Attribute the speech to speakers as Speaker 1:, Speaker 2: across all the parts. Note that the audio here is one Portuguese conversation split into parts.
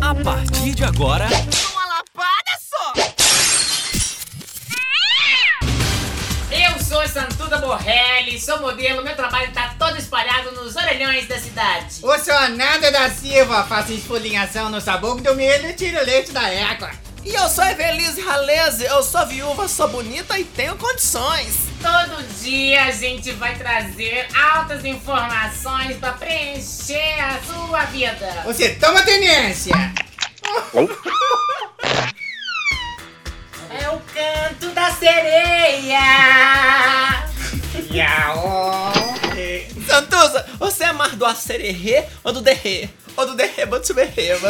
Speaker 1: A partir de agora,
Speaker 2: Uma lapada só!
Speaker 3: Eu sou Santuda Borrelli, sou modelo, meu trabalho tá todo espalhado nos orelhões da cidade.
Speaker 2: O seu Nanda da Silva faz esfolinhação no sabor do milho e tira o leite da égua.
Speaker 4: E eu sou Evelise Raleze, eu sou viúva, sou bonita e tenho condições.
Speaker 3: Todo dia a gente vai trazer altas informações pra preencher a sua vida.
Speaker 2: Você toma tenência!
Speaker 3: É o canto da sereia.
Speaker 2: Yaô!
Speaker 4: Santuza, você é mais do acererê ou do derrê? Ou do derreba do suberreba?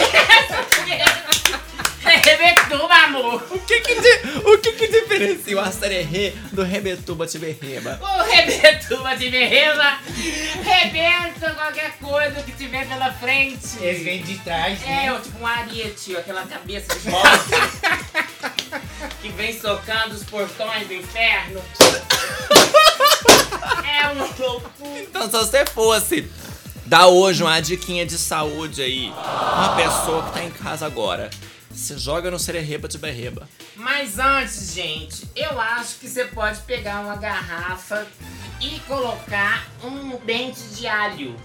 Speaker 3: É Rebetuba, amor.
Speaker 4: o que que, di- o que que diferencia o acererê do rebetuba tiberreba?
Speaker 3: O Rebetuba de Berreba rebenta qualquer coisa que tiver pela frente.
Speaker 2: Eles vêm de trás,
Speaker 3: É,
Speaker 2: né?
Speaker 3: ou tipo um ariete, ou aquela cabeça de morte que vem socando os portões do inferno. É uma loucura.
Speaker 4: Então se você fosse dar hoje uma diquinha de saúde aí, uma pessoa que tá em casa agora, se joga no serereba tiberreba.
Speaker 3: Mas antes, gente, eu acho que você pode pegar uma garrafa e colocar um dente de alho.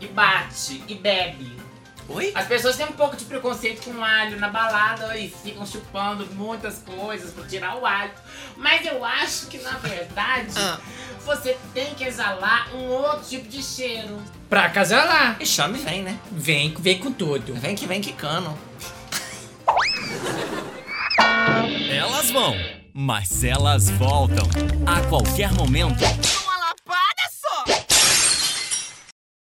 Speaker 3: E bate, e bebe.
Speaker 4: Oi?
Speaker 3: As pessoas têm um pouco de preconceito com alho na balada e ficam chupando muitas coisas pra tirar o alho. Mas eu acho que na verdade
Speaker 4: Ah.
Speaker 3: você tem que exalar um outro tipo de cheiro.
Speaker 2: Pra casalar.
Speaker 4: E chame vem, né?
Speaker 2: Vem, vem com tudo.
Speaker 4: Vem que vem quicando.
Speaker 1: elas vão, mas elas voltam. A qualquer momento,